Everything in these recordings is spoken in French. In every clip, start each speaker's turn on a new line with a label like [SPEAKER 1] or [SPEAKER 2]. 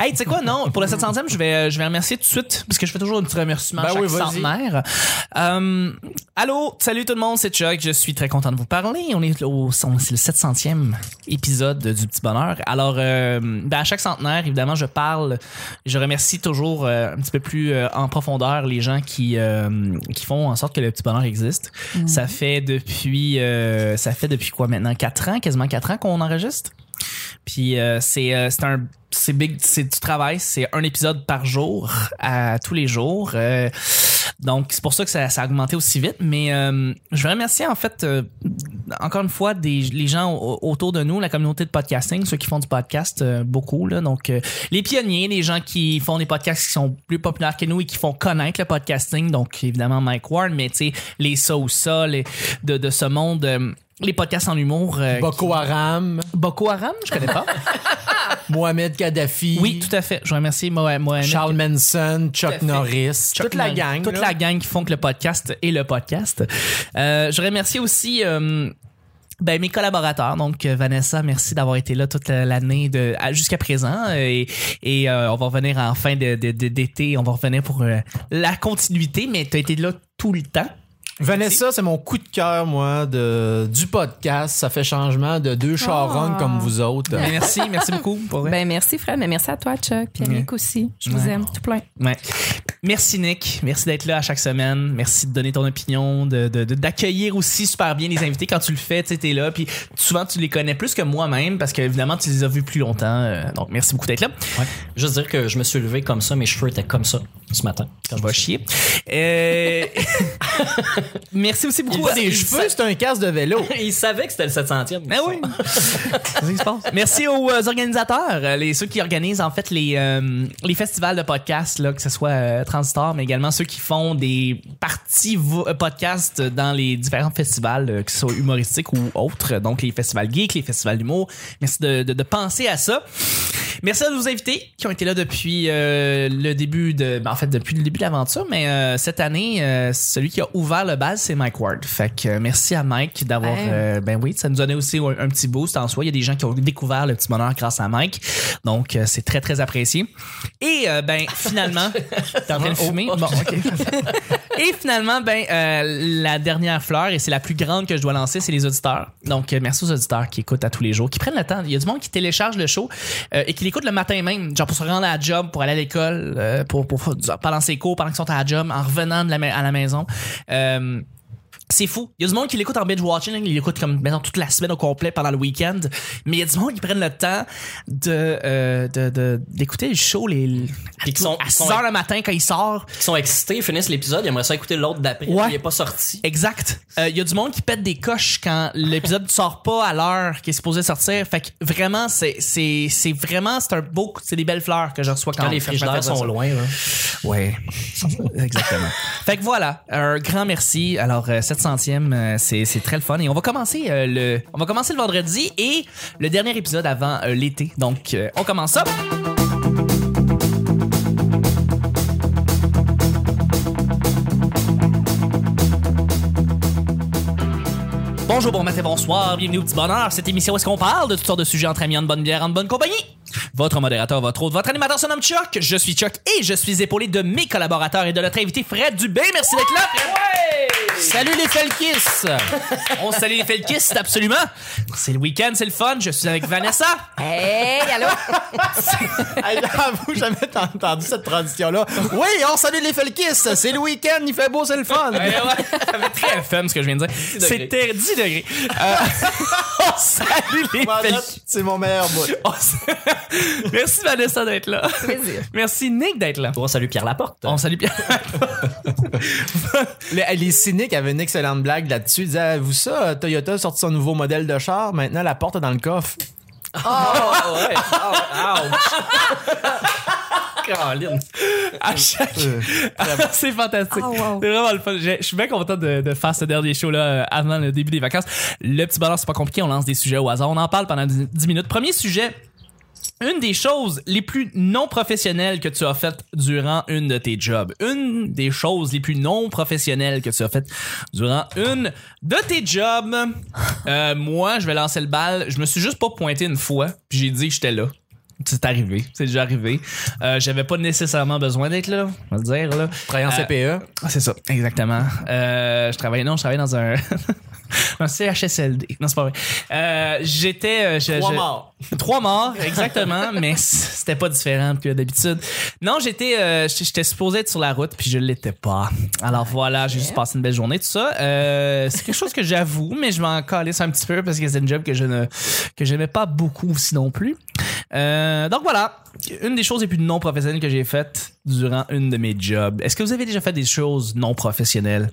[SPEAKER 1] Hey, tu sais quoi, non, pour le 700e, je vais, je vais remercier tout de suite, parce que je fais toujours un petit remerciement
[SPEAKER 2] Ben
[SPEAKER 1] à chaque
[SPEAKER 2] oui, vas-y.
[SPEAKER 1] centenaire. Euh, allô, salut tout le monde, c'est Chuck. Je suis très content de vous parler. On est au, on- c'est le 700e épisode du Petit Bonheur. Alors, euh, ben, à chaque centenaire, évidemment, je parle, je remercie toujours euh, un petit peu plus euh, en profondeur les gens qui, euh, qui font en sorte que le Petit Bonheur existe. Ça fait depuis, euh, ça fait depuis quoi maintenant? Quatre ans, quasiment quatre ans qu'on enregistre. Puis euh, c'est euh, c'est un c'est big c'est du travail, c'est un épisode par jour à tous les jours. Euh, donc c'est pour ça que ça, ça a augmenté aussi vite mais euh, je veux remercier en fait euh, encore une fois des les gens au- autour de nous, la communauté de podcasting, ceux qui font du podcast euh, beaucoup là. Donc euh, les pionniers, les gens qui font des podcasts qui sont plus populaires que nous et qui font connaître le podcasting, donc évidemment Mike Ward, mais tu sais les ça ou ça, les de de ce monde euh, les podcasts en humour euh,
[SPEAKER 2] Boko Haram,
[SPEAKER 1] Boko Haram, je connais pas.
[SPEAKER 2] Mohamed Kadhafi,
[SPEAKER 1] Oui, tout à fait. Je remercie Moha- Mohamed.
[SPEAKER 2] Charles Manson,
[SPEAKER 1] à
[SPEAKER 2] Chuck
[SPEAKER 1] fait.
[SPEAKER 2] Norris,
[SPEAKER 1] Chuck
[SPEAKER 2] toute la
[SPEAKER 1] Mann.
[SPEAKER 2] gang.
[SPEAKER 1] Toute
[SPEAKER 2] là.
[SPEAKER 1] la gang qui font que le podcast est le podcast. Euh, je remercie aussi euh, ben, mes collaborateurs. Donc, euh, Vanessa, merci d'avoir été là toute euh, l'année de à- jusqu'à présent. Euh, Et, et euh, on va revenir en fin de- de- de- d'été. on va revenir pour euh, la continuité, mais tu as été là tout le temps.
[SPEAKER 2] Vanessa, c'est mon coup de cœur, moi, de, du podcast. Ça fait changement de deux charognes comme vous autres.
[SPEAKER 1] Mais Merci, merci beaucoup. Pour vrai.
[SPEAKER 3] Ben, merci, Fred. Mais merci à toi, Chuck. Puis à
[SPEAKER 1] Ouais.
[SPEAKER 3] Nick aussi. Je vous
[SPEAKER 1] Ouais.
[SPEAKER 3] aime tout plein.
[SPEAKER 1] Ouais. Merci Nick, merci d'être là à chaque semaine, merci de donner ton opinion, de de- de- d'accueillir aussi super bien les invités quand tu le fais, tu sais, t'es là, puis souvent tu les connais plus que moi-même parce que évidemment tu les as vus plus longtemps, euh, donc merci beaucoup d'être là.
[SPEAKER 4] Juste dire que je me suis levé comme ça, mes cheveux étaient comme ça ce matin. Quand
[SPEAKER 1] Va chier. Euh, merci aussi beaucoup.
[SPEAKER 2] Pas des cheveux, c'est un casque de vélo.
[SPEAKER 4] Il savait que c'était le 700e.
[SPEAKER 1] Ah oui. C'est ce qui se passe. Merci aux euh, organisateurs, euh, les ceux qui organisent en fait les euh, les festivals de podcasts là, que ce soit euh, Transistor, mais également ceux qui font des parties vo- euh, podcasts dans les différents festivals, euh, que ce soit humoristiques ou autres, donc les festivals geeks, les festivals d'humour. Merci de, de, de penser à ça. Merci à nos invités qui ont été là depuis euh, le début de, ben, en fait depuis le début de l'aventure, mais euh, cette année, euh, celui qui a ouvert le bal, c'est Mike Ward. Fait que euh, merci à Mike d'avoir,
[SPEAKER 3] Ouais.
[SPEAKER 1] euh, ben oui, ça nous donnait aussi un, un petit boost en soi. Il y a des gens qui ont découvert le petit bonheur grâce à Mike, donc euh, c'est très très apprécié. Et euh, ben finalement, t'es en train de fumer. Bon, ok. Et finalement, ben euh, la dernière fleur et c'est la plus grande que je dois lancer, c'est les auditeurs. Donc euh, merci aux auditeurs qui écoutent à tous les jours, qui prennent le temps. Il y a du monde qui télécharge le show euh, et qui l'écoute le matin même, genre pour se rendre à la job, pour aller à l'école, euh, pour, pour, pour- pendant ses cours, pendant qu'ils sont à la job, en revenant de la, ma- à la maison. Euh, c'est fou. Il y a du monde qui l'écoute en binge watching, il l'écoute comme maintenant toute la semaine au complet pendant le week-end. Mais il y a du monde qui prennent le temps de euh, de- de- d'écouter le show les
[SPEAKER 4] Puis qui sont-
[SPEAKER 1] à
[SPEAKER 4] qui sont-
[SPEAKER 1] 6 heures le matin quand il sort.
[SPEAKER 4] Ils sont excités, ils finissent l'épisode, ils aimeraient ça écouter l'autre d'après.
[SPEAKER 1] Ouais.
[SPEAKER 4] Il est pas sorti.
[SPEAKER 1] Exact. Euh, Il y a du monde qui pète des coches quand l'épisode ne sort pas à l'heure qui est supposé sortir. Fait que vraiment, c'est c'est c'est vraiment c'est un beau, c'est des belles fleurs que je reçois quand,
[SPEAKER 4] Quand les
[SPEAKER 1] quand je me fais
[SPEAKER 4] frigidaires
[SPEAKER 1] dire
[SPEAKER 4] sont
[SPEAKER 1] ça.
[SPEAKER 4] loin, là.
[SPEAKER 1] Ouais, exactement. fait que voilà, un grand merci. Alors euh, 700e, euh, c'est c'est très le fun et on va commencer euh, le on va commencer le vendredi et le dernier épisode avant euh, l'été. Donc euh, on commence ça. Bonjour, bon matin, bonsoir, bienvenue au petit bonheur. Cette émission où est-ce qu'on parle de toutes sortes de sujets entre amis, en bonne bière, en bonne compagnie. Votre modérateur, votre hôte, votre animateur se nomme Chuck. Je suis Chuck et je suis épaulé de mes collaborateurs et de notre invité Fred Dubé. Merci d'être là. Fred. Salut les Felkis! On salue les Felkis, absolument! C'est le week-end, c'est le fun, je suis avec Vanessa!
[SPEAKER 3] Hey, allô?
[SPEAKER 2] Hey, J'avoue, jamais t'as entendu cette transition-là. Oui, on salue les Felkis, c'est le week-end, il fait beau, c'est le fun.
[SPEAKER 1] Ouais, ouais, ça fait très fun ce que je viens de dire.
[SPEAKER 4] degrés.
[SPEAKER 1] C'était 10 degrés. Euh, on salue les Felkis!
[SPEAKER 2] C'est mon meilleur bout.
[SPEAKER 1] On s- Merci Vanessa d'être là.
[SPEAKER 3] Plaisir.
[SPEAKER 1] Merci Nick d'être là.
[SPEAKER 4] Toi, salut Pierre Laporte.
[SPEAKER 1] On salue Pierre.
[SPEAKER 2] Le- les cyniques avaient une excellente blague là-dessus. Ils disaient, Ah, vous ça, Toyota a sorti son nouveau modèle de char, maintenant la porte est dans le coffre.
[SPEAKER 4] Ah ouais. Ah, ouch. Caroline.
[SPEAKER 1] à chaque. c'est fantastique.
[SPEAKER 3] Oh, wow.
[SPEAKER 1] C'est vraiment le fun. J'ai- Je suis bien content de, de faire ce dernier show là avant le début des vacances. Le petit bonheur, c'est pas compliqué. On lance des sujets au hasard. On en parle pendant 10 10 minutes. Premier sujet. Une des choses les plus non professionnelles que tu as faites durant une de tes jobs. Une des choses les plus non professionnelles que tu as faites durant une de tes jobs. Euh, moi, je vais lancer le bal. Je me suis juste pas pointé une fois. puis J'ai dit que j'étais là. C'est arrivé, c'est déjà arrivé. Euh, J'avais pas nécessairement besoin d'être là, on va le dire. Là.
[SPEAKER 2] Travaillant en
[SPEAKER 1] Euh,
[SPEAKER 2] CPE.
[SPEAKER 1] ah, C'est ça, exactement. Euh, je travaillais, non, je travaillais dans un, un CHSLD. Non, c'est pas vrai. Euh, J'étais. euh, je-
[SPEAKER 2] Trois
[SPEAKER 1] je-
[SPEAKER 2] morts.
[SPEAKER 1] Trois morts, exactement, mais c- c'était pas différent que d'habitude. Non, j'étais, euh, j- j'étais supposé être sur la route, puis je l'étais pas. Alors voilà, j'ai juste passé une belle journée, tout ça. Euh, c'est quelque chose que j'avoue, mais je m'en calisse un petit peu parce que c'est une job que je ne que j'aimais pas beaucoup aussi non plus. Euh, donc voilà, une des choses les plus non professionnelles que j'ai faites durant une de mes jobs. Est-ce que vous avez déjà fait des choses non professionnelles?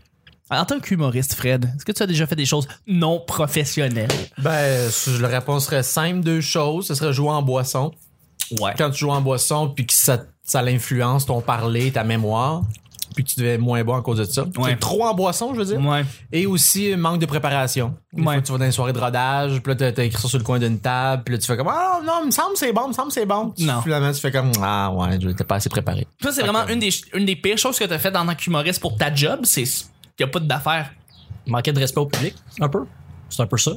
[SPEAKER 1] En tant qu'humoriste, Fred, est-ce que tu as déjà fait des choses non professionnelles?
[SPEAKER 2] Ben, je- la réponse serait simple, deux choses. Ce serait jouer en boisson.
[SPEAKER 1] Ouais.
[SPEAKER 2] Quand tu joues en boisson, puis que ça, ça l'influence ton parler, ta mémoire, puis que tu devais être moins bon à cause de ça.
[SPEAKER 1] Ouais.
[SPEAKER 2] C'est trop en boisson, je veux dire.
[SPEAKER 1] Ouais.
[SPEAKER 2] Et aussi, euh, manque de préparation. Des
[SPEAKER 1] Ouais.
[SPEAKER 2] fois, tu vas dans une soirée de rodage, puis là, t'as- t'as écrit ça sur le coin d'une table, puis là, tu fais comme Ah non, il me semble que c'est bon, il me semble que c'est bon. Tu-
[SPEAKER 1] Non.
[SPEAKER 2] Finalement, tu fais comme Ah ouais, je n'étais pas assez préparé.
[SPEAKER 1] Toi, c'est vraiment une des, une des pires choses que t'as faites en tant qu'humoriste pour ta job, c'est qu'il n'y a pas d'affaires.
[SPEAKER 4] Manquer de respect au public, un peu. C'est un peu ça.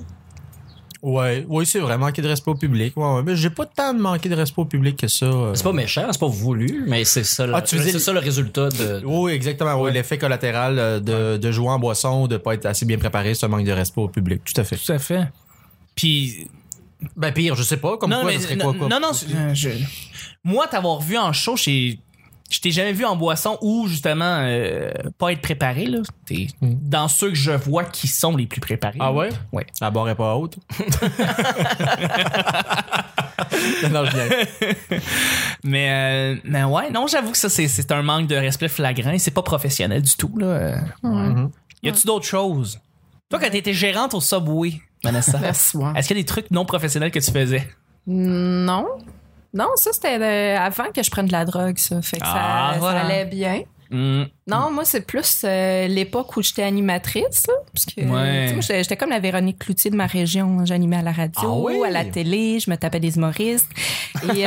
[SPEAKER 2] Ouais, oui, c'est vrai, manquer de respect au public. Ouais, ouais, mais j'ai pas tant de manquer de respect au public que ça. euh.
[SPEAKER 4] C'est pas méchant, c'est pas voulu, mais c'est ça, le-
[SPEAKER 2] Ah, tu veux
[SPEAKER 4] c'est
[SPEAKER 2] dire-
[SPEAKER 4] ça le résultat de.
[SPEAKER 2] Oui, exactement. Oui, l'effet collatéral euh, de, de jouer en boisson, de pas être assez bien préparé, c'est un manque de respect au public. Tout à fait.
[SPEAKER 1] Tout à fait. Puis.
[SPEAKER 2] Ben pire, je sais pas. Comme
[SPEAKER 1] non,
[SPEAKER 2] quoi,
[SPEAKER 1] mais,
[SPEAKER 2] ça serait
[SPEAKER 1] non,
[SPEAKER 2] quoi, quoi?
[SPEAKER 1] non, non, c'est- euh, je- moi, t'avoir vu en show, j'ai- je t'ai jamais vu en boisson ou justement euh, pas être préparé. Là. T'es dans ceux que je vois qui sont les plus préparés.
[SPEAKER 2] Hmm. Ah ouais?
[SPEAKER 1] Ouais.
[SPEAKER 2] La barre est pas haute. non, non, je viens.
[SPEAKER 1] Mais, euh, mais ouais, non, j'avoue que ça, c'est- c'est un manque de respect flagrant et c'est pas professionnel du tout. Là. Euh, ouais. Y a-tu d'autres choses? Toi, quand t'étais gérante au Subway, Vanessa,
[SPEAKER 3] Merci, moi.
[SPEAKER 1] est-ce qu'il y a des trucs non professionnels que tu faisais?
[SPEAKER 3] Non. Non, ça, c'était euh, avant que je prenne de la drogue, ça. Fait que ça-
[SPEAKER 1] Ah,
[SPEAKER 3] ça,
[SPEAKER 1] voilà.
[SPEAKER 3] allait bien.
[SPEAKER 1] Hmm.
[SPEAKER 3] Non, moi, c'est plus euh, l'époque où j'étais animatrice, là. Parce que,
[SPEAKER 1] Ouais.
[SPEAKER 3] tu sais, moi, j'étais- j'étais comme la Véronique Cloutier de ma région. hein. J'animais à la
[SPEAKER 2] Ah
[SPEAKER 3] radio,
[SPEAKER 2] oui?
[SPEAKER 3] à la télé, je me tapais des humoristes. Et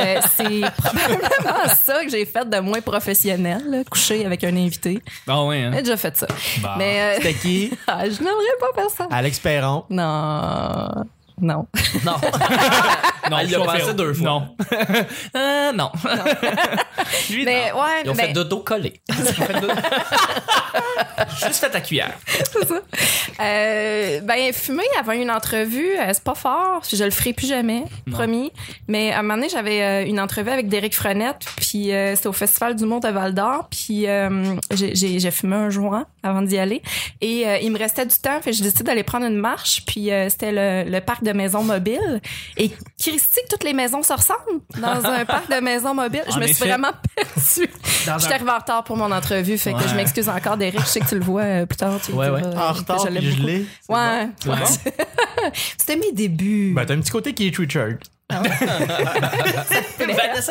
[SPEAKER 3] euh, c'est probablement ça que j'ai fait de moins professionnel, là, coucher avec un invité.
[SPEAKER 1] Ah ouais, hein?
[SPEAKER 3] J'ai déjà fait ça.
[SPEAKER 1] Bah.
[SPEAKER 3] Euh, Mais euh,
[SPEAKER 2] C'était qui?
[SPEAKER 3] ah, je n'aimerais pas faire ça.
[SPEAKER 2] Alex Perron.
[SPEAKER 3] Non. Non.
[SPEAKER 1] Non. non,
[SPEAKER 4] Elle
[SPEAKER 1] je
[SPEAKER 4] l'a pensé
[SPEAKER 1] confirme.
[SPEAKER 4] deux fois.
[SPEAKER 1] Non. Euh, non. Lui,
[SPEAKER 3] Mais ouais,
[SPEAKER 4] Ils ont
[SPEAKER 3] ben-
[SPEAKER 4] fait d'auto collés.
[SPEAKER 1] non. Juste fait ta cuillère.
[SPEAKER 3] Euh, ben, fumer avant une entrevue, euh, c'est pas fort. Je le ferai plus jamais, promis. Mais à un moment donné, j'avais euh, une entrevue avec Derek Frenette, puis euh, c'était au Festival du Monde à Val d'Or, puis euh, j'ai- j'ai j'ai fumé un joint avant d'y aller. Et euh, il me restait du temps, fait que j'ai décidé d'aller prendre une marche, puis euh, c'était le, le parc de maisons mobiles. Et Christy, que toutes les maisons se ressemblent dans un parc de maisons mobiles. Je
[SPEAKER 1] En
[SPEAKER 3] me suis
[SPEAKER 1] effet.
[SPEAKER 3] vraiment perdue.
[SPEAKER 1] Dans
[SPEAKER 3] J'étais
[SPEAKER 1] un-
[SPEAKER 3] arrivée en retard pour mon entrevue, fait que
[SPEAKER 1] Ouais.
[SPEAKER 3] je m'excuse encore, Derek. Je sais que tu le vois euh, plus tard. Tu,
[SPEAKER 1] Ouais,
[SPEAKER 3] tu
[SPEAKER 1] ouais.
[SPEAKER 3] vas-
[SPEAKER 2] En retard,
[SPEAKER 3] l'aime
[SPEAKER 2] puis je
[SPEAKER 3] beaucoup.
[SPEAKER 2] l'ai.
[SPEAKER 3] Ouais.
[SPEAKER 1] Ouais.
[SPEAKER 3] C'était mes débuts.
[SPEAKER 2] Ben, t'as un petit côté qui est Richard.
[SPEAKER 1] Vanessa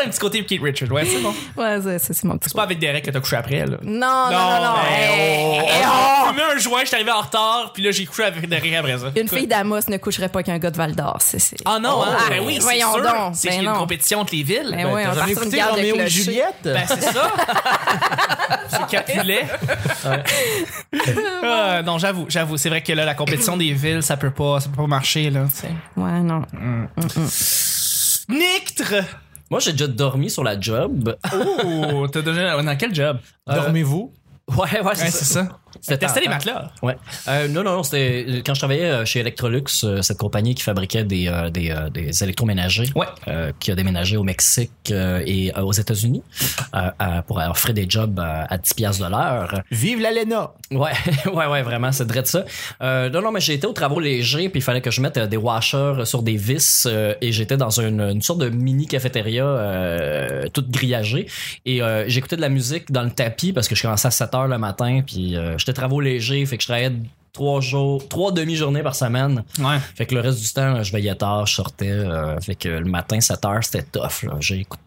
[SPEAKER 1] a un petit côté Keith Richard. Ouais, c'est bon.
[SPEAKER 3] ouais, ça, ça, c'est mon petit
[SPEAKER 1] C'est pas avec Derek que t'as couché après, là.
[SPEAKER 3] Non, non, non, non. Hey, hey,
[SPEAKER 1] J'ai
[SPEAKER 3] oh!
[SPEAKER 1] fumé un joint, j'étais arrivé en retard, puis là, j'ai couché avec Derek après ça.
[SPEAKER 3] Une fille d'Amos ne coucherait pas qu'un gars de Val d'Or. c'est- c'est-
[SPEAKER 1] oh. Ah non, hein?
[SPEAKER 3] Ah,
[SPEAKER 1] Ben oui, c'est
[SPEAKER 3] voyons
[SPEAKER 1] sûr.
[SPEAKER 3] donc.
[SPEAKER 1] C'est
[SPEAKER 3] Ben
[SPEAKER 1] une
[SPEAKER 3] non.
[SPEAKER 1] compétition entre les villes.
[SPEAKER 3] Ben ouais, on
[SPEAKER 2] T'as
[SPEAKER 3] part
[SPEAKER 2] jamais
[SPEAKER 3] sur une
[SPEAKER 2] écouté
[SPEAKER 3] garde de
[SPEAKER 2] Roméo et
[SPEAKER 3] clocher.
[SPEAKER 2] Juliette?
[SPEAKER 1] Ben, c'est ça. c'est Capulet. Euh, non, j'avoue, j'avoue. C'est vrai que là, la compétition des villes, ça peut pas, ça peut pas marcher, là. tu sais.
[SPEAKER 3] Ouais, non.
[SPEAKER 1] Nictre!
[SPEAKER 4] Moi, j'ai déjà dormi sur la job.
[SPEAKER 1] Oh, t'as donné. Dans quel job?
[SPEAKER 2] Euh, Dormez-vous?
[SPEAKER 4] Euh, Ouais, ouais,
[SPEAKER 1] Ouais, c'est ça.
[SPEAKER 4] C'était
[SPEAKER 1] Tester les
[SPEAKER 4] tentant.
[SPEAKER 1] matelas.
[SPEAKER 4] Ouais. Euh, non, non, non, c'était euh, quand je travaillais euh, chez Electrolux, euh, cette compagnie qui fabriquait des, euh, des, euh, des électroménagers,
[SPEAKER 1] Ouais.
[SPEAKER 4] euh, qui a déménagé au Mexique euh, et euh, aux États-Unis euh, euh, pour offrir des jobs euh, à 10 piastres de l'heure.
[SPEAKER 2] Vive l'Alena!
[SPEAKER 4] Ouais, ouais, ouais, vraiment, c'est vrai de ça. Euh, non, non, mais j'ai été aux travaux légers, puis il fallait que je mette euh, des washers sur des vis, euh, et j'étais dans une, une sorte de mini cafétéria euh, toute grillagée, et euh, j'écoutais de la musique dans le tapis parce que je commençais à 7 heures le matin, puis euh, j'étais travaux légers, fait que je travaillais trois jours, trois demi-journées par semaine.
[SPEAKER 1] Ouais.
[SPEAKER 4] Fait que le reste du temps, là, je veillais tard, je sortais, euh, fait que le matin, 7 heures, c'était tough. là. J'ai écouté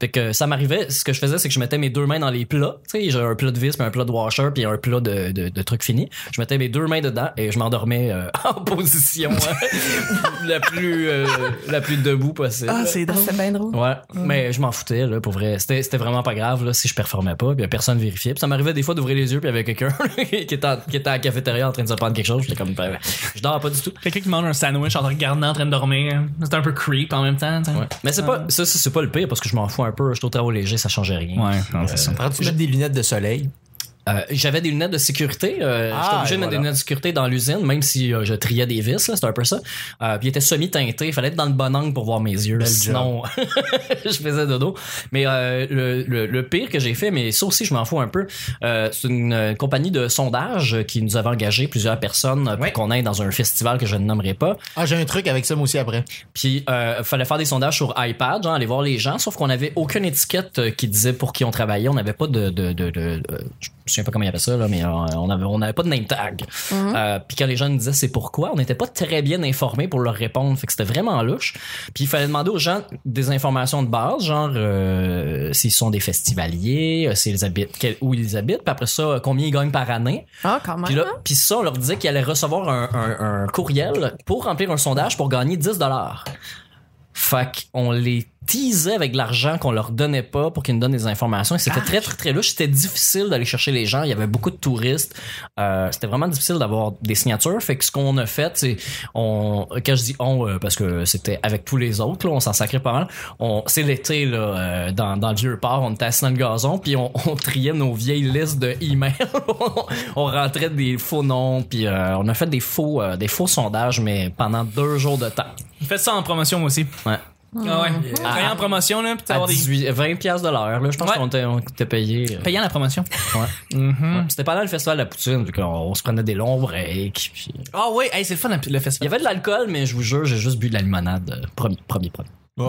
[SPEAKER 4] Fait que ça m'arrivait, ce que je faisais, c'est que je mettais mes deux mains dans les plats. Tu sais, j'ai un plat de vis, puis un plat de washer, puis un plat de, de, de trucs finis. Je mettais mes deux mains dedans et je m'endormais euh, en position euh, la plus euh, la plus debout possible.
[SPEAKER 1] Ah, c'est Mm. drôle.
[SPEAKER 3] C'est bien drôle.
[SPEAKER 4] Ouais, mais je m'en foutais là pour vrai. C'était c'était vraiment pas grave là si je performais pas, puis personne vérifiait. Puis ça m'arrivait des fois d'ouvrir les yeux puis il y avait quelqu'un qui était en- qui était à la cafétéria en train de se prendre quelque chose, j'étais comme ben, je dors pas du tout.
[SPEAKER 1] Quelqu'un qui mange un sandwich en te regardant en train de dormir. C'est un peu creep en même temps. tu sais.
[SPEAKER 4] Ouais. Mais c'est
[SPEAKER 2] Euh.
[SPEAKER 4] pas ça c'est pas le pire parce que je m'en fous un peu, j'étais au travail léger, ça changeait rien.
[SPEAKER 1] Ouais, non, c'est ça.
[SPEAKER 2] Prends-tu mettre des lunettes de soleil?
[SPEAKER 4] Euh, j'avais des lunettes de sécurité. Euh,
[SPEAKER 2] Ah,
[SPEAKER 4] J'étais
[SPEAKER 2] et
[SPEAKER 4] obligé de mettre
[SPEAKER 2] voilà.
[SPEAKER 4] des lunettes de sécurité dans l'usine, même si euh, je triais des vis, là, c'était un peu ça. Euh, puis il était semi-teinté, il fallait être dans le bon angle pour voir mes yeux.
[SPEAKER 2] Bel
[SPEAKER 4] sinon, je faisais dodo. Mais euh, le, le- le pire que j'ai fait, mais ça aussi je m'en fous un peu, euh, c'est une euh, compagnie de sondage qui nous avait engagé plusieurs personnes euh, pour
[SPEAKER 1] Ouais.
[SPEAKER 4] qu'on aille dans un festival que je ne nommerai pas.
[SPEAKER 2] Ah, j'ai un truc avec ça, moi aussi, après.
[SPEAKER 4] Puis euh, fallait faire des sondages sur iPad, genre aller voir les gens, sauf qu'on avait aucune étiquette euh, qui disait pour qui on travaillait. On n'avait pas de, de, de, de- euh, je me souviens pas comment il appelle ça là, mais euh, on avait on n'avait pas de name tag. Euh, puis quand les gens nous disaient c'est pourquoi, on n'était pas très bien informés pour leur répondre. Fait que c'était vraiment louche. Puis il fallait demander aux gens des informations de base, genre euh, s'ils sont des festivaliers, euh, s'ils habitent quel- où ils habitent, puis après ça euh, combien ils gagnent par année.
[SPEAKER 3] Ah, quand même.
[SPEAKER 4] Puis là, puis ça, on leur disait qu'ils allaient recevoir un, un- un courriel pour remplir un sondage pour gagner 10 dollars. Fait qu'on les teasait avec de l'argent qu'on leur donnait pas pour qu'ils nous donnent des informations. Et C'était très, très, très louche. C'était difficile d'aller chercher les gens. Il y avait beaucoup de touristes. Euh, c'était vraiment difficile d'avoir des signatures. Fait que ce qu'on a fait, c'est, on, quand je dis on, euh, parce que c'était avec tous les autres, là, on s'en sacrait pas mal. On, c'est l'été, là, euh, dans, dans le vieux port, on était assis dans le gazon, puis on, on triait nos vieilles listes de emails. on, on rentrait des faux noms, puis euh, on a fait des faux, euh, des faux sondages, mais pendant deux jours de temps.
[SPEAKER 1] Faites ça en promotion moi aussi.
[SPEAKER 4] Ouais.
[SPEAKER 1] Ah ouais. Travaillez en promotion, là, puis
[SPEAKER 4] À
[SPEAKER 1] avoir des.
[SPEAKER 4] 18 20 piastres de l'heure. là. Je pense
[SPEAKER 1] Ouais.
[SPEAKER 4] qu'on était, on était payé. euh,
[SPEAKER 1] Payant la promotion.
[SPEAKER 4] ouais.
[SPEAKER 1] Mhm.
[SPEAKER 4] Ouais. C'était pendant le festival de la poutine, vu qu'on on se prenait des longs breaks. puis- euh,
[SPEAKER 1] Ah oui, hey, c'est le fun le
[SPEAKER 4] Il y
[SPEAKER 1] festival.
[SPEAKER 4] avait de l'alcool, mais je vous jure, j'ai juste bu de la limonade. euh, Premier, premier, premier.
[SPEAKER 2] Ouais,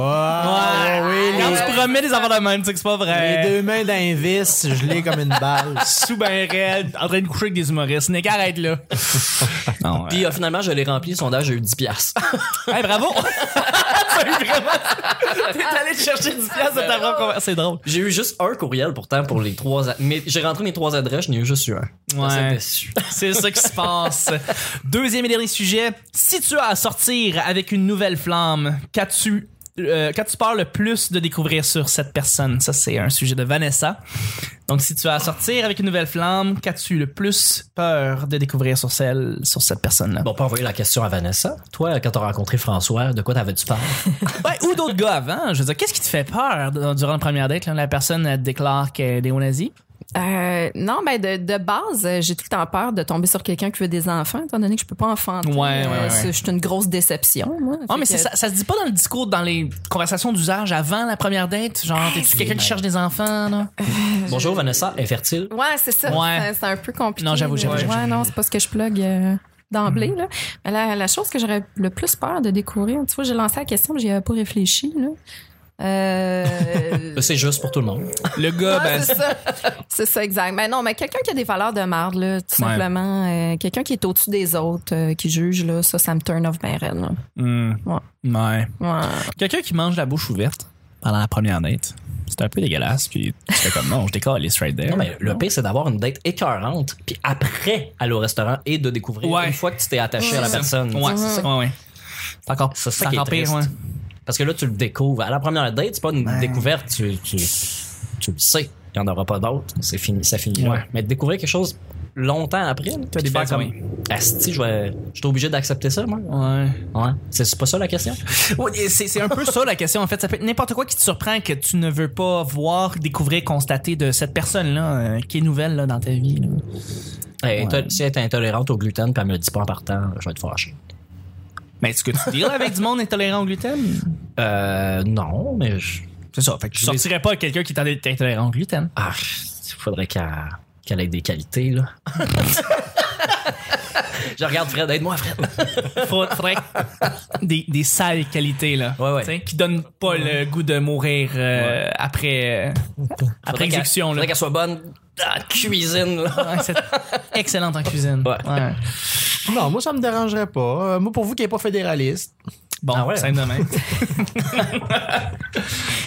[SPEAKER 1] Ouais, Quand tu promets des affaires de même, tu sais que c'est pas vrai.
[SPEAKER 2] Les deux mains d'un vis, je l'ai comme une balle.
[SPEAKER 1] sous ben raide, en train de coucher avec des humoristes. Nick, arrête là. non,
[SPEAKER 4] Puis euh, finalement, je l'ai rempli, le sondage, j'ai eu 10 piastres.
[SPEAKER 1] Hey, bravo! C'est vraiment... T'es allé chercher 10 piastres de ta propre conver- C'est drôle.
[SPEAKER 4] j'ai eu juste un courriel pourtant pour les trois. a- Mais j'ai rentré mes trois adresses, je n'ai eu juste eu un.
[SPEAKER 1] Ouais.
[SPEAKER 4] Ça, c'est déçu.
[SPEAKER 1] C'est ça qui se passe. Deuxième et dernier sujet. Si tu as à sortir avec une nouvelle flamme, qu'as-tu euh, qu'as-tu peur le plus de découvrir sur cette personne? Ça, c'est un sujet de Vanessa. Donc, si tu as à sortir avec une nouvelle flamme, qu'as-tu le plus peur de découvrir sur celle, sur cette personne-là?
[SPEAKER 4] Bon, pas envoyer la question à Vanessa. Toi, quand t'as rencontré François, de quoi t'avais-tu peur?
[SPEAKER 1] Ouais, ou d'autres gars avant. Je veux dire, qu'est-ce qui te fait peur d- durant la première date? là? la personne elle te déclare qu'elle est au nazi.
[SPEAKER 3] Euh, non, ben de, de base, euh, j'ai tout le temps peur de tomber sur quelqu'un qui veut des enfants, étant donné que je peux pas enfanter.
[SPEAKER 1] Ouais, ouais,
[SPEAKER 3] Euh,
[SPEAKER 1] ouais.
[SPEAKER 3] c'est- Je suis une grosse déception, moi.
[SPEAKER 1] Non,
[SPEAKER 3] Fait
[SPEAKER 1] Ah, mais
[SPEAKER 3] que-
[SPEAKER 1] c'est ça, ça se dit pas dans le discours, dans les conversations d'usage avant la première date.
[SPEAKER 4] Ah,
[SPEAKER 1] Genre, t'es-tu quelqu'un qui cherche des enfants? là?
[SPEAKER 4] Bonjour, Vanessa, infertile.
[SPEAKER 3] Ouais, c'est ça.
[SPEAKER 1] Ouais.
[SPEAKER 3] C'est- C'est un peu compliqué.
[SPEAKER 1] Non, j'avoue, j'avoue, Mm-hmm.
[SPEAKER 3] Ouais,
[SPEAKER 1] j'avoue,
[SPEAKER 3] non, c'est pas ce que je plug euh, d'emblée. là. Mais la, la chose que j'aurais le plus peur de découvrir, tu vois, j'ai lancé la question, mais j'y avais pas réfléchi. Là. Euh,
[SPEAKER 4] Ben, C'est juste pour tout le monde.
[SPEAKER 1] Le gars,
[SPEAKER 3] Ah, c'est ça. C'est ça, exact. Mais non, mais quelqu'un qui a des valeurs de marde, là, tout
[SPEAKER 1] Ouais.
[SPEAKER 3] simplement. euh, quelqu'un qui est au-dessus des autres, euh, qui juge, là, ça, ça me turn off ben raide, là.
[SPEAKER 1] Hmm.
[SPEAKER 3] Ouais.
[SPEAKER 1] Ouais.
[SPEAKER 3] Ouais.
[SPEAKER 1] Quelqu'un qui mange la bouche ouverte pendant la première date, c'est un peu dégueulasse. Puis tu fais comme non, je décolle les straight there.
[SPEAKER 4] Non, mais le pire, c'est d'avoir une date écœurante, puis après, aller au restaurant et de découvrir
[SPEAKER 1] Ouais.
[SPEAKER 4] une fois que tu t'es attaché à la
[SPEAKER 1] C'est ça.
[SPEAKER 4] personne.
[SPEAKER 1] Ouais, c'est ça. Ouais, ouais.
[SPEAKER 4] C'est encore, c'est ça
[SPEAKER 1] C'est
[SPEAKER 4] qui est
[SPEAKER 1] encore pire,
[SPEAKER 4] triste.
[SPEAKER 1] ouais.
[SPEAKER 4] Parce que là, tu le découvres. À la première date, c'est pas une découverte, tu, tu, tu le sais. Il n'y en aura pas d'autres. C'est fini, ça finit là.
[SPEAKER 1] Ouais.
[SPEAKER 4] Mais de découvrir quelque chose longtemps après, là,
[SPEAKER 1] T'as des
[SPEAKER 4] puis faire
[SPEAKER 1] belles
[SPEAKER 4] comme,
[SPEAKER 1] amies.
[SPEAKER 4] Asti, je vais, je suis obligé d'accepter ça, moi.
[SPEAKER 1] Ouais.
[SPEAKER 4] Ouais. C'est c'est pas ça la question?
[SPEAKER 1] Ouais, c'est c'est un peu ça la question en fait. Ça peut être n'importe quoi qui te surprend que tu ne veux pas voir, découvrir, constater de cette personne-là euh, qui est nouvelle là, dans ta vie. là.
[SPEAKER 4] Hey, t'as- Eh, Si elle est intolérante au gluten, puis elle me le dit pas en partant, je vais être fâché.
[SPEAKER 1] Mais est-ce que tu deals avec du monde intolérant au gluten?
[SPEAKER 4] Euh, non, mais je.
[SPEAKER 1] C'est ça. Fait que je
[SPEAKER 4] Je les-
[SPEAKER 1] sortirais pas avec quelqu'un qui est intolérant au gluten.
[SPEAKER 4] Ah, faudrait qu'elle qu'elle ait des qualités, là. je regarde Fred, aide-moi, Fred.
[SPEAKER 1] Faut- Faudrait des, des sales qualités, là.
[SPEAKER 4] Ouais, ouais.
[SPEAKER 1] T'sais, Qui donnent pas le goût de mourir euh, après, euh, après
[SPEAKER 4] Faudrait qu'elle-
[SPEAKER 1] exécution, là.
[SPEAKER 4] Faudrait qu'elle soit bonne dans la cuisine, là.
[SPEAKER 1] Ouais, c'est excellente en cuisine.
[SPEAKER 4] Ouais.
[SPEAKER 2] Non, moi, ça me dérangerait pas. Euh, Moi, pour vous qui n'êtes pas fédéraliste.
[SPEAKER 1] Bon,
[SPEAKER 4] Ah ouais.
[SPEAKER 1] simple de même.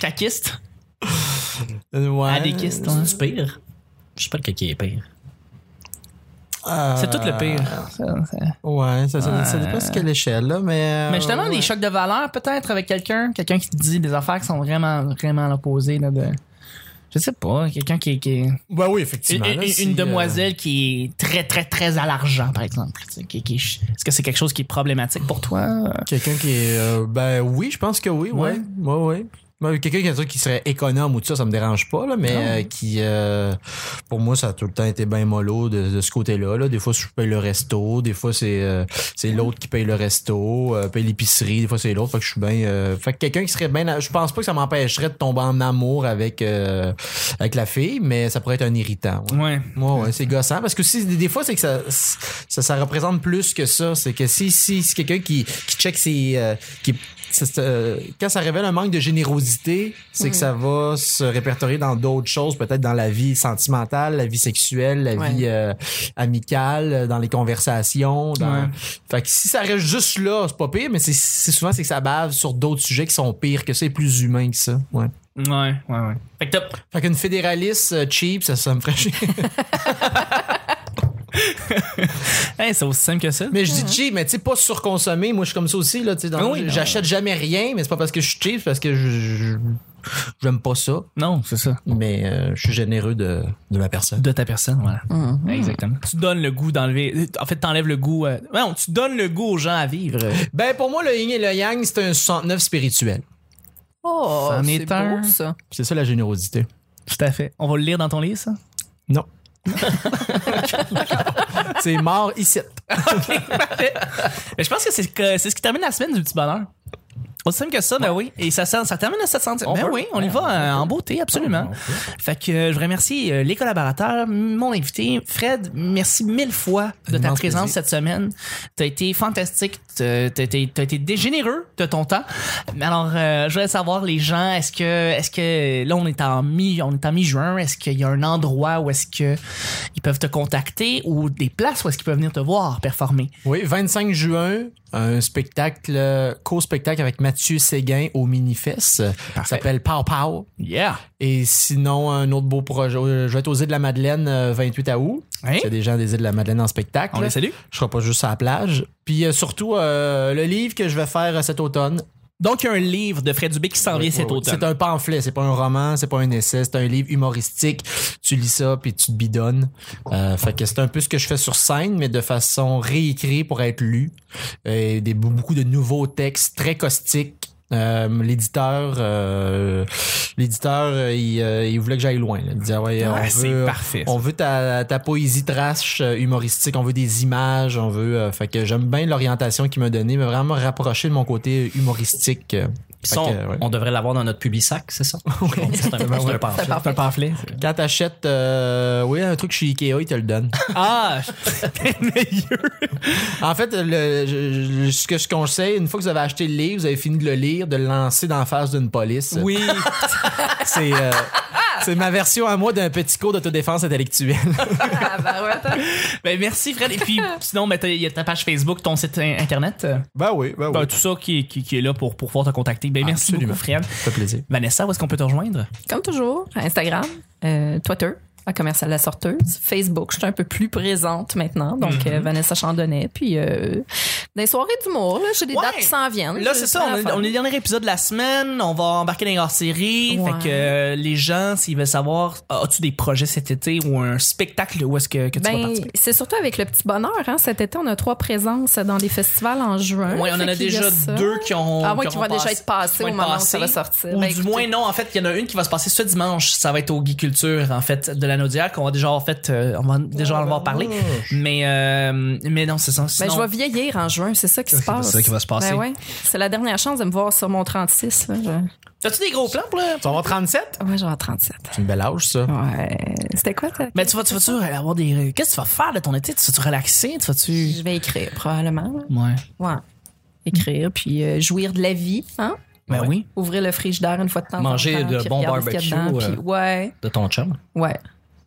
[SPEAKER 1] Caquiste.
[SPEAKER 2] Ouais.
[SPEAKER 1] À des kistes, hein.
[SPEAKER 4] C'est pire. Je sais pas lequel qui est pire.
[SPEAKER 2] Euh,
[SPEAKER 1] C'est tout le pire.
[SPEAKER 2] Ouais, ça, ça, ça dépend de quelle échelle, là, mais. euh,
[SPEAKER 1] Mais justement, des chocs de valeur, peut-être, avec quelqu'un. Quelqu'un qui te dit des affaires qui sont vraiment, vraiment à l'opposé, là, de. Je sais pas, quelqu'un qui, qui est.
[SPEAKER 2] Bah oui,
[SPEAKER 1] Une,
[SPEAKER 2] effectivement.
[SPEAKER 1] une-
[SPEAKER 2] là,
[SPEAKER 1] une
[SPEAKER 2] si, euh,
[SPEAKER 1] demoiselle qui est très, très, très à l'argent, par exemple. tu sais, qui- qui- Est-ce que c'est quelque chose qui est problématique pour toi?
[SPEAKER 2] Quelqu'un qui est. euh, ben oui, je pense que oui, ouais. Ouais, ouais. Ben, Quelqu'un qui a un truc qui serait économe ou tout ça, ça me dérange pas, là, mais euh, qui, euh, pour moi, ça a tout le temps été bien mollo de, de ce côté-là. Là. Des fois, je paye le resto, des fois, c'est euh, c'est l'autre qui paye le resto, euh, paye l'épicerie, des fois, c'est l'autre. Fait que je suis bien. euh, fait que quelqu'un qui serait bien. Je pense pas que ça m'empêcherait de tomber en amour avec, euh, avec la fille, mais ça pourrait être un irritant. ouais.
[SPEAKER 1] Ouais.
[SPEAKER 2] Ouais, ouais, c'est gossant. Parce que si, des des fois, c'est que ça, ça, ça représente plus que ça. C'est que si, si, si quelqu'un qui, qui check ses. euh, qui, c'est, euh, quand ça révèle un manque de générosité, c'est que ça va se répertorier dans d'autres choses, peut-être dans la vie sentimentale, la vie sexuelle, la
[SPEAKER 3] Ouais.
[SPEAKER 2] vie euh, amicale, euh, dans les conversations. Dans...
[SPEAKER 1] Ouais.
[SPEAKER 2] Fait que si ça reste juste là, c'est pas pire, mais c'est, c'est souvent c'est que ça bave sur d'autres sujets qui sont pires que ça et plus humains que ça. Ouais.
[SPEAKER 1] Ouais, ouais, ouais. Fait que t'as-
[SPEAKER 2] Fait qu'une fédéraliste euh, cheap, ça, ça me ferait chier.
[SPEAKER 1] Hey, c'est aussi simple que ça.
[SPEAKER 2] Mais je dis cheap, mais tu sais, pas surconsommé. Moi, je suis comme ça aussi. Là, tu sais, dans-
[SPEAKER 1] Ah oui, non.
[SPEAKER 2] J'achète jamais rien, mais c'est pas parce que je suis cheap, c'est parce que je, je- j'aime pas ça.
[SPEAKER 1] Non, c'est ça.
[SPEAKER 2] Mais euh, je suis généreux de, de ma personne.
[SPEAKER 1] De ta personne, voilà.
[SPEAKER 3] Mhm.
[SPEAKER 1] Exactement. Tu donnes le goût d'enlever. En fait, t'enlèves le goût. euh, Non, tu donnes le goût aux gens à vivre.
[SPEAKER 2] Ben, pour moi, le yin et le yang, c'est un 69 spirituel.
[SPEAKER 3] Oh,
[SPEAKER 1] C'en
[SPEAKER 3] c'est
[SPEAKER 1] est un.
[SPEAKER 3] beau, ça.
[SPEAKER 2] C'est ça la générosité.
[SPEAKER 1] Tout à fait. On va le lire dans ton livre, ça?
[SPEAKER 2] Non. c'est mort ici.
[SPEAKER 1] Mais je pense que c'est que- c'est ce qui termine la semaine du petit bonheur. Aussi simple que ça, ben oui. Et ça, ça, ça termine à 700.
[SPEAKER 4] On
[SPEAKER 1] ben
[SPEAKER 4] peut.
[SPEAKER 1] oui, on y va euh, en beauté, absolument. Fait que euh, je remercie euh, les collaborateurs, mon invité, Fred, merci mille fois de ta
[SPEAKER 2] Immense
[SPEAKER 1] présence
[SPEAKER 2] plaisir.
[SPEAKER 1] cette semaine. T'as été fantastique, t'as t'as été, t'as été dé- généreux de ton temps. Mais alors, euh, je voudrais savoir, les gens, est-ce que, est-ce que, là, on est en mi, on est en mi-juin, est-ce qu'il y a un endroit où est-ce que ils peuvent te contacter ou des places où est-ce qu'ils peuvent venir te voir performer?
[SPEAKER 2] Oui, 25 juin, un spectacle, euh, co-spectacle avec Mathieu Séguin au Minifest. Ça s'appelle Pow Pow.
[SPEAKER 1] Yeah!
[SPEAKER 2] Et sinon, un autre beau projet. euh, Je vais être aux Îles de la Madeleine euh, 28 à août.
[SPEAKER 1] Hein?
[SPEAKER 2] Il y a des gens des Îles de la Madeleine en spectacle.
[SPEAKER 1] On les salue.
[SPEAKER 2] Je serai pas juste à la plage. Puis euh, surtout, euh, le livre que je vais faire euh, cet automne.
[SPEAKER 1] Donc, il y a un livre de Fred Dubé qui s'en vient cet
[SPEAKER 2] Oui, oui,
[SPEAKER 1] automne.
[SPEAKER 2] C'est un pamphlet, c'est pas un roman, c'est pas un essai, c'est un livre humoristique. Tu lis ça, puis tu te bidonnes. Euh, fait que c'est un peu ce que je fais sur scène, mais de façon réécrite pour être lu. Et des, beaucoup de nouveaux textes très caustiques. Euh, l'éditeur euh, l'éditeur euh, il, euh, il voulait que j'aille loin là. il disait ouais,
[SPEAKER 1] Ouais,
[SPEAKER 2] on
[SPEAKER 1] c'est
[SPEAKER 2] veut-
[SPEAKER 1] parfait, ça.
[SPEAKER 2] on veut ta, ta poésie trash euh, humoristique on veut des images on veut euh, fait que j'aime bien l'orientation qu'il m'a donnée mais vraiment rapprocher de mon côté humoristique euh. Fait
[SPEAKER 4] Ça, on,
[SPEAKER 2] que, ouais.
[SPEAKER 4] on devrait l'avoir dans notre public sac, c'est ça? c'est un, c'est un pamphlet.
[SPEAKER 1] un pamphlet.
[SPEAKER 2] Quand t'achètes euh, oui, un truc chez Ikea, ils te le donnent.
[SPEAKER 1] Ah, t'es meilleur.
[SPEAKER 2] En fait, le- je- je- ce que je conseille, une fois que vous avez acheté le livre, vous avez fini de le lire, de le lancer dans la face d'une police.
[SPEAKER 1] Oui.
[SPEAKER 2] C'est euh, c'est ma version à moi d'un petit cours d'autodéfense intellectuelle.
[SPEAKER 3] Ah, bah ouais, attends.
[SPEAKER 1] Ben, merci, Fred. Et puis, sinon, ben, t'as- il y a ta page Facebook, ton site in- Internet. euh,
[SPEAKER 2] Ben oui, ben
[SPEAKER 1] ben, tout ça qui, qui, qui est là pour, pour pouvoir te contacter. Ben, merci
[SPEAKER 2] Absolument.
[SPEAKER 1] beaucoup, Fred.
[SPEAKER 2] Ça fait plaisir.
[SPEAKER 1] Vanessa, où est-ce qu'on peut te rejoindre?
[SPEAKER 3] Comme toujours, Instagram, euh, Twitter, à commercial la sorteuse, Facebook, je suis un peu plus présente maintenant, donc
[SPEAKER 1] Mm-hmm.
[SPEAKER 3] euh, Vanessa Chandonnet, puis euh, des soirées d'humour, là, j'ai des
[SPEAKER 1] Ouais.
[SPEAKER 3] dates qui s'en viennent.
[SPEAKER 1] Là, c'est ça. On est, on est le dernier épisode de la semaine. On va embarquer dans les hors-séries.
[SPEAKER 3] Ouais.
[SPEAKER 1] Fait que euh, les gens, s'ils veulent savoir, ah, as-tu des projets cet été ou un spectacle où est-ce que, que tu vas
[SPEAKER 3] Ben,
[SPEAKER 1] participer?
[SPEAKER 3] c'est surtout avec le petit bonheur. Hein. Cet été, on a trois présences dans des festivals en juin.
[SPEAKER 1] Oui, on en
[SPEAKER 3] Fait
[SPEAKER 1] a
[SPEAKER 3] qu'il y
[SPEAKER 1] déjà
[SPEAKER 3] ça.
[SPEAKER 1] deux qui ont.
[SPEAKER 3] Ah oui,
[SPEAKER 1] qui
[SPEAKER 3] qui
[SPEAKER 1] auront
[SPEAKER 3] vont déjà
[SPEAKER 1] passé-
[SPEAKER 3] être passés
[SPEAKER 1] qui vont
[SPEAKER 3] au
[SPEAKER 1] être
[SPEAKER 3] moment où
[SPEAKER 1] passés.
[SPEAKER 3] ça va sortir.
[SPEAKER 1] Ou
[SPEAKER 3] Ben,
[SPEAKER 1] du
[SPEAKER 3] écoutez.
[SPEAKER 1] moins, non, en fait, il y en a une qui va se passer ce dimanche. Ça va être au Guy Culture, en fait, de la Naudière, qu'on va déjà avoir fait, euh, on va déjà en avoir parlé. Mais, euh, mais non, c'est ça.
[SPEAKER 3] Ben,
[SPEAKER 1] Sinon,
[SPEAKER 3] je vais vieillir en juin, c'est ça qui se
[SPEAKER 1] c'est
[SPEAKER 3] passe.
[SPEAKER 1] ça qui va se passer.
[SPEAKER 3] Ben ouais. C'est la dernière chance de me voir sur mon 36. Là. Je-
[SPEAKER 1] T'as-tu des gros plans pour le-
[SPEAKER 2] Tu vas avoir 37?
[SPEAKER 3] Ouais, j'aurai 37.
[SPEAKER 2] C'est une belle âge, ça.
[SPEAKER 3] Ouais. C'était quoi, ta-
[SPEAKER 1] Mais Ben, tu vas, tu vas-tu avoir des, euh, qu'est-ce que tu vas faire de ton été? Tu vas-tu relaxer? Tu vas-tu?
[SPEAKER 3] Je vais écrire, probablement. là.
[SPEAKER 1] Ouais.
[SPEAKER 3] Ouais. Écrire, puis euh, jouir de la vie, hein?
[SPEAKER 1] Ben
[SPEAKER 4] Ouais.
[SPEAKER 1] oui.
[SPEAKER 3] Ouvrir le frigidaire une fois de temps
[SPEAKER 4] Manger
[SPEAKER 3] en temps.
[SPEAKER 4] de
[SPEAKER 3] puis
[SPEAKER 4] bons
[SPEAKER 3] regarder ce qu'il y a dedans,
[SPEAKER 1] euh.
[SPEAKER 4] barbecues,
[SPEAKER 3] puis ouais,
[SPEAKER 4] De ton chum.
[SPEAKER 3] ouais,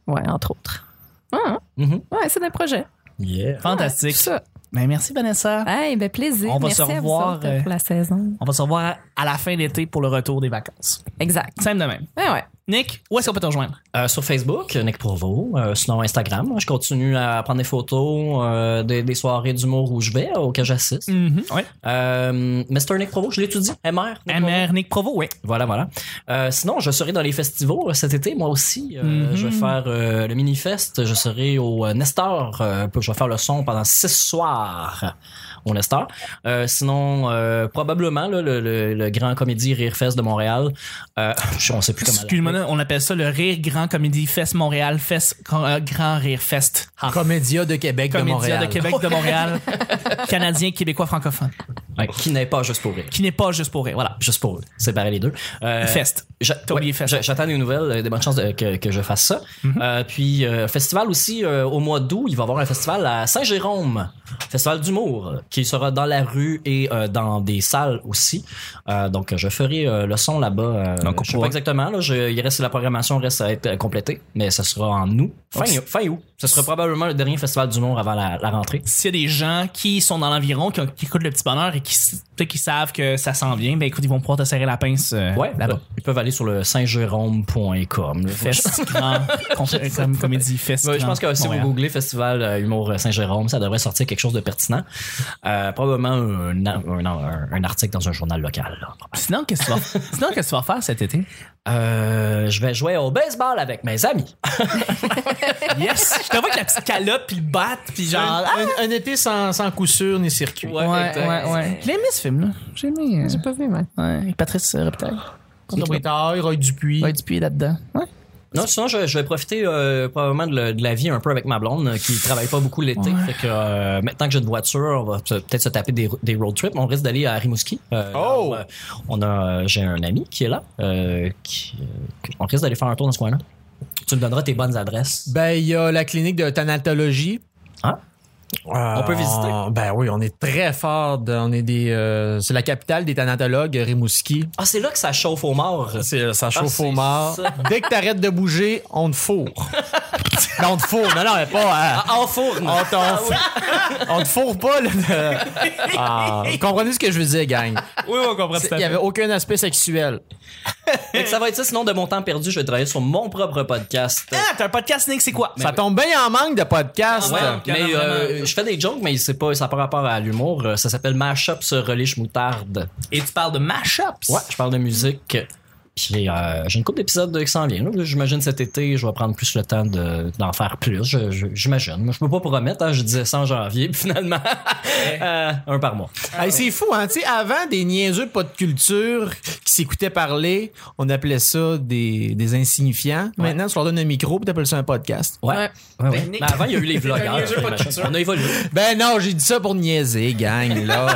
[SPEAKER 3] ouais, entre autres. Hein?
[SPEAKER 2] Mm-hmm.
[SPEAKER 4] Mhm.
[SPEAKER 3] Ouais, c'est des projets.
[SPEAKER 4] Yeah.
[SPEAKER 1] Fantastique.
[SPEAKER 3] C'est ça.
[SPEAKER 1] Ben, merci, Vanessa.
[SPEAKER 3] Hey, ben plaisir.
[SPEAKER 1] On va
[SPEAKER 3] Merci
[SPEAKER 1] se
[SPEAKER 3] à vous
[SPEAKER 1] revoir,
[SPEAKER 3] autres
[SPEAKER 1] euh,
[SPEAKER 3] pour la saison.
[SPEAKER 1] On va se revoir à la fin de l'été pour le retour des vacances.
[SPEAKER 3] Exact. Ben
[SPEAKER 1] Simple de même.
[SPEAKER 3] Ouais, ouais.
[SPEAKER 1] Nick, où est-ce qu'on peut te rejoindre?
[SPEAKER 4] Euh, sur Facebook, Nick Provo. Euh, sinon, Instagram. Je continue à prendre des photos euh, des, des soirées d'humour où je vais, auxquelles j'assiste.
[SPEAKER 3] Mm-hmm.
[SPEAKER 1] Ouais.
[SPEAKER 4] Euh, Mr. Nick Provo, je l'étudie. MR. Nick Provo.
[SPEAKER 1] MR Nick Provo, oui.
[SPEAKER 4] Voilà, voilà. Euh, sinon, je serai dans les festivals euh, cet été, moi aussi. Euh,
[SPEAKER 1] Mhm.
[SPEAKER 4] Je vais faire euh, le mini-fest. Je serai au euh, Nestor. euh, je vais faire le son pendant six soirs au Nestor. Euh, sinon, euh, probablement, là, le, le- le grand comédie Rire Fest de Montréal. Euh, je- on sait plus comment...
[SPEAKER 1] Excuse-moi, là, on appelle ça le Rire Grand Comédie Fest Montréal Fest, Grand, euh, Grand Rire Fest.
[SPEAKER 2] Ah. Comédia de Québec de
[SPEAKER 1] Comédia
[SPEAKER 2] Montréal.
[SPEAKER 1] de Québec, de Montréal, canadien, québécois, francophone,
[SPEAKER 4] Ouais, qui n'est pas juste pour rire.
[SPEAKER 1] qui n'est pas juste pour rire. Voilà.
[SPEAKER 4] Juste pour séparer les deux. Euh,
[SPEAKER 1] Fest.
[SPEAKER 4] J'a-
[SPEAKER 1] T'as oublié
[SPEAKER 4] ouais,
[SPEAKER 1] Fest.
[SPEAKER 4] j'a- J'attends des nouvelles, euh, des bonnes chances de- que, que je fasse ça.
[SPEAKER 1] Mhm.
[SPEAKER 4] Euh, puis, euh, festival aussi, euh, au mois d'août, il va y avoir un festival à Saint-Jérôme, festival d'humour, qui sera dans la rue et euh, dans des salles aussi. Euh, donc, je ferai euh, le son là-bas. euh,
[SPEAKER 1] Donc, on
[SPEAKER 4] je sais
[SPEAKER 1] pourra-
[SPEAKER 4] pas exactement, là, je- il reste, la programmation reste à être euh, complétée, mais ça sera en août, fin,
[SPEAKER 1] Donc,
[SPEAKER 4] fin août. Ce sera probablement le dernier festival d'humour avant la, la rentrée.
[SPEAKER 1] S'il y a des gens qui sont dans l'environ, qui, ont- qui écoutent le petit bonheur et qui, s- peut-être qu'ils savent que ça s'en vient, ben écoute, ils vont pouvoir te serrer la pince euh,
[SPEAKER 4] Ouais,
[SPEAKER 1] là-bas.
[SPEAKER 4] ils peuvent aller sur le saint-jérôme.com. là.
[SPEAKER 1] Fest Grand Com- comme Comédie Fest.
[SPEAKER 4] Ouais, je
[SPEAKER 1] Grand
[SPEAKER 4] pense que si
[SPEAKER 1] Montréal.
[SPEAKER 4] vous googlez Festival euh, Humour Saint-Jérôme, ça devrait sortir quelque chose de pertinent. Euh, probablement un, un- un- un article dans un journal local. là.
[SPEAKER 1] Sinon, qu'est-ce que tu vas- sinon, qu'est-ce que tu vas faire cet été?
[SPEAKER 4] Euh, je vais jouer au baseball avec mes amis.
[SPEAKER 1] Yes! Je te vois avec la petite calotte puis le bat puis genre.
[SPEAKER 2] Un,
[SPEAKER 1] ah!
[SPEAKER 2] Ben, un- un été sans, sans coup sûr ni circuit.
[SPEAKER 1] J'ai aimé ce film-là. J'ai aimé. euh,
[SPEAKER 5] J'ai pas vu, moi.
[SPEAKER 1] ouais, avec Patrice euh, Reptail.
[SPEAKER 2] Contre Britard, Roy Dupuis.
[SPEAKER 1] Ouais, Dupuis est là-dedans. Ouais.
[SPEAKER 4] Non, sinon, je, je vais profiter euh, probablement de, le- de la vie un peu avec ma blonde euh, qui travaille pas beaucoup l'été. Fait que euh, maintenant que j'ai une voiture, on va se- peut-être se taper des, des road trips. On risque d'aller à Rimouski. Euh,
[SPEAKER 2] Oh!
[SPEAKER 4] là où, euh, On a, euh, j'ai un ami qui est là. euh, qui, euh, qui- on risque d'aller faire un tour dans ce coin-là. Tu me donneras tes bonnes adresses.
[SPEAKER 2] Ben, il y a la clinique de thanatologie.
[SPEAKER 4] Hein?
[SPEAKER 2] Euh,
[SPEAKER 4] peut visiter.
[SPEAKER 2] on- ben oui, on est très fort. de- on est des, euh, c'est la capitale des thanatologues, Rimouski.
[SPEAKER 4] Ah, c'est là que ça chauffe aux morts.
[SPEAKER 2] C'est, ça
[SPEAKER 4] Ah,
[SPEAKER 2] chauffe
[SPEAKER 4] c'est
[SPEAKER 2] au mort.
[SPEAKER 4] ça.
[SPEAKER 2] Dès que t'arrêtes de bouger, on te fourre. non, on te fourre. Non, non, mais pas. hein.
[SPEAKER 4] En fourne.
[SPEAKER 2] On, t'en fourre. On te fourre pas. Là, de- Ah, vous comprenez ce que je veux dire, gang?
[SPEAKER 1] Oui, on comprend
[SPEAKER 2] Il n'y avait aucun aspect sexuel.
[SPEAKER 4] Fait que ça va être ça. Sinon, de mon temps perdu, je vais travailler sur mon propre podcast.
[SPEAKER 1] Ah, t'as un podcast, Nick, c'est quoi?
[SPEAKER 2] ça tombe bien en manque de podcast.
[SPEAKER 4] Ouais,
[SPEAKER 1] Ah,
[SPEAKER 4] mais
[SPEAKER 1] carrément.
[SPEAKER 4] euh, je fais des jokes, mais c'est pas, ça n'a pas rapport à l'humour. Euh, Ça s'appelle Mashup sur Relish Moutarde.
[SPEAKER 1] Et tu parles de mashups.
[SPEAKER 4] Ouais, je parle de musique. Puis euh, j'ai une couple d'épisodes qui s'en viennent. là. J'imagine cet été, je vais prendre plus le temps de- d'en faire plus. Je- je- J'imagine. Moi, Je peux pas promettre. Hein, je disais ça en janvier, puis finalement, euh, un par mois.
[SPEAKER 2] Hey, c'est fou, hein? Tu sais, avant, des niaiseux pas de culture qui s'écoutaient parler, on appelait ça des, des insignifiants. Maintenant, tu leur donnes un micro puis t'appelles ça un podcast.
[SPEAKER 4] Ouais.
[SPEAKER 5] Ouais.
[SPEAKER 4] Ouais, ouais.
[SPEAKER 1] Ben, Nick-
[SPEAKER 4] Mais avant, il y a eu les vlogueurs.
[SPEAKER 1] niaiseux, pas de culture.
[SPEAKER 4] On a évolué.
[SPEAKER 2] Ben non, j'ai dit ça pour niaiser, gang, là.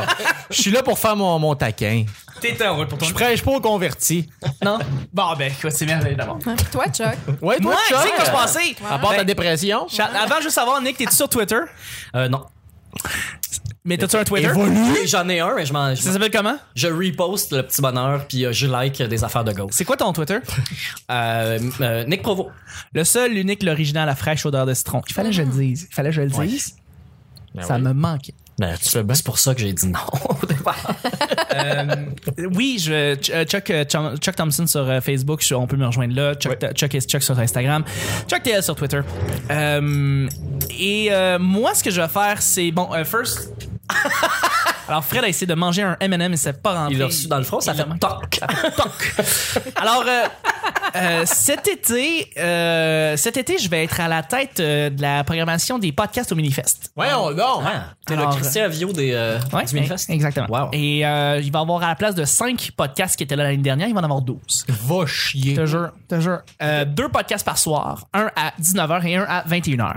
[SPEAKER 2] Je suis là pour faire mon, mon taquin.
[SPEAKER 1] T'es heureux pour toi.
[SPEAKER 2] Je prêche pas aux convertis.
[SPEAKER 1] Non? Bon, ben, écoute, c'est merveilleux d'abord.
[SPEAKER 3] Ouais, puis Toi, Chuck.
[SPEAKER 2] Ouais, toi,
[SPEAKER 1] Moi, tu
[SPEAKER 2] Chuck,
[SPEAKER 1] sais quoi je
[SPEAKER 2] euh,
[SPEAKER 1] pensais?
[SPEAKER 2] À part ta
[SPEAKER 1] Ben,
[SPEAKER 2] dépression.
[SPEAKER 1] Cha- Avant, je veux savoir, Nick, t'es-tu sur Twitter?
[SPEAKER 4] Euh, non.
[SPEAKER 1] Mais t'as-tu un Twitter?
[SPEAKER 4] J'en ai un, mais je m'en. je
[SPEAKER 1] Ça s'appelle comment?
[SPEAKER 4] Je reposte le petit bonheur, puis euh, je like euh, des affaires de gauche.
[SPEAKER 1] C'est quoi ton Twitter?
[SPEAKER 4] Euh, euh, Nick Provo.
[SPEAKER 1] Le seul, l'unique, l'original, la fraîche odeur de citron. Il fallait que je le dise. Il fallait que je le dise. Ça me manquait.
[SPEAKER 4] Ben, tu fais bien. C'est pour ça que j'ai dit non au départ.
[SPEAKER 1] Oui, je, Ch- euh, Chuck, euh, Chum- Chuck Thompson sur euh, Facebook, je- on peut me rejoindre là. Chuck, Chuck et Chuck sur Instagram. Chuck TL sur Twitter. Euh, et euh, moi, ce que je vais faire, c'est. Bon, euh, first. Alors, Fred a essayé de manger un MM et c'est pas rentré.
[SPEAKER 4] Il l'a reçu dans le front, ça
[SPEAKER 1] Il
[SPEAKER 4] fait
[SPEAKER 1] l'a-
[SPEAKER 4] toc.
[SPEAKER 1] Toc. Alors, euh, euh, cet été, euh, cet été, je vais être à la tête euh, de la programmation des podcasts au Minifest.
[SPEAKER 2] Voyons donc.
[SPEAKER 4] Ah, T'es le
[SPEAKER 1] Alors,
[SPEAKER 4] Christian Avio des, euh,
[SPEAKER 1] Ouais,
[SPEAKER 4] du Minifest.
[SPEAKER 1] Exactement.
[SPEAKER 4] Wow.
[SPEAKER 1] Et euh, il va y avoir à la place de 5 podcasts qui étaient là l'année dernière, il va en avoir 12.
[SPEAKER 2] Va chier.
[SPEAKER 1] Te jure, te jure. Euh, deux podcasts par soir, un à 19h et un à 21h.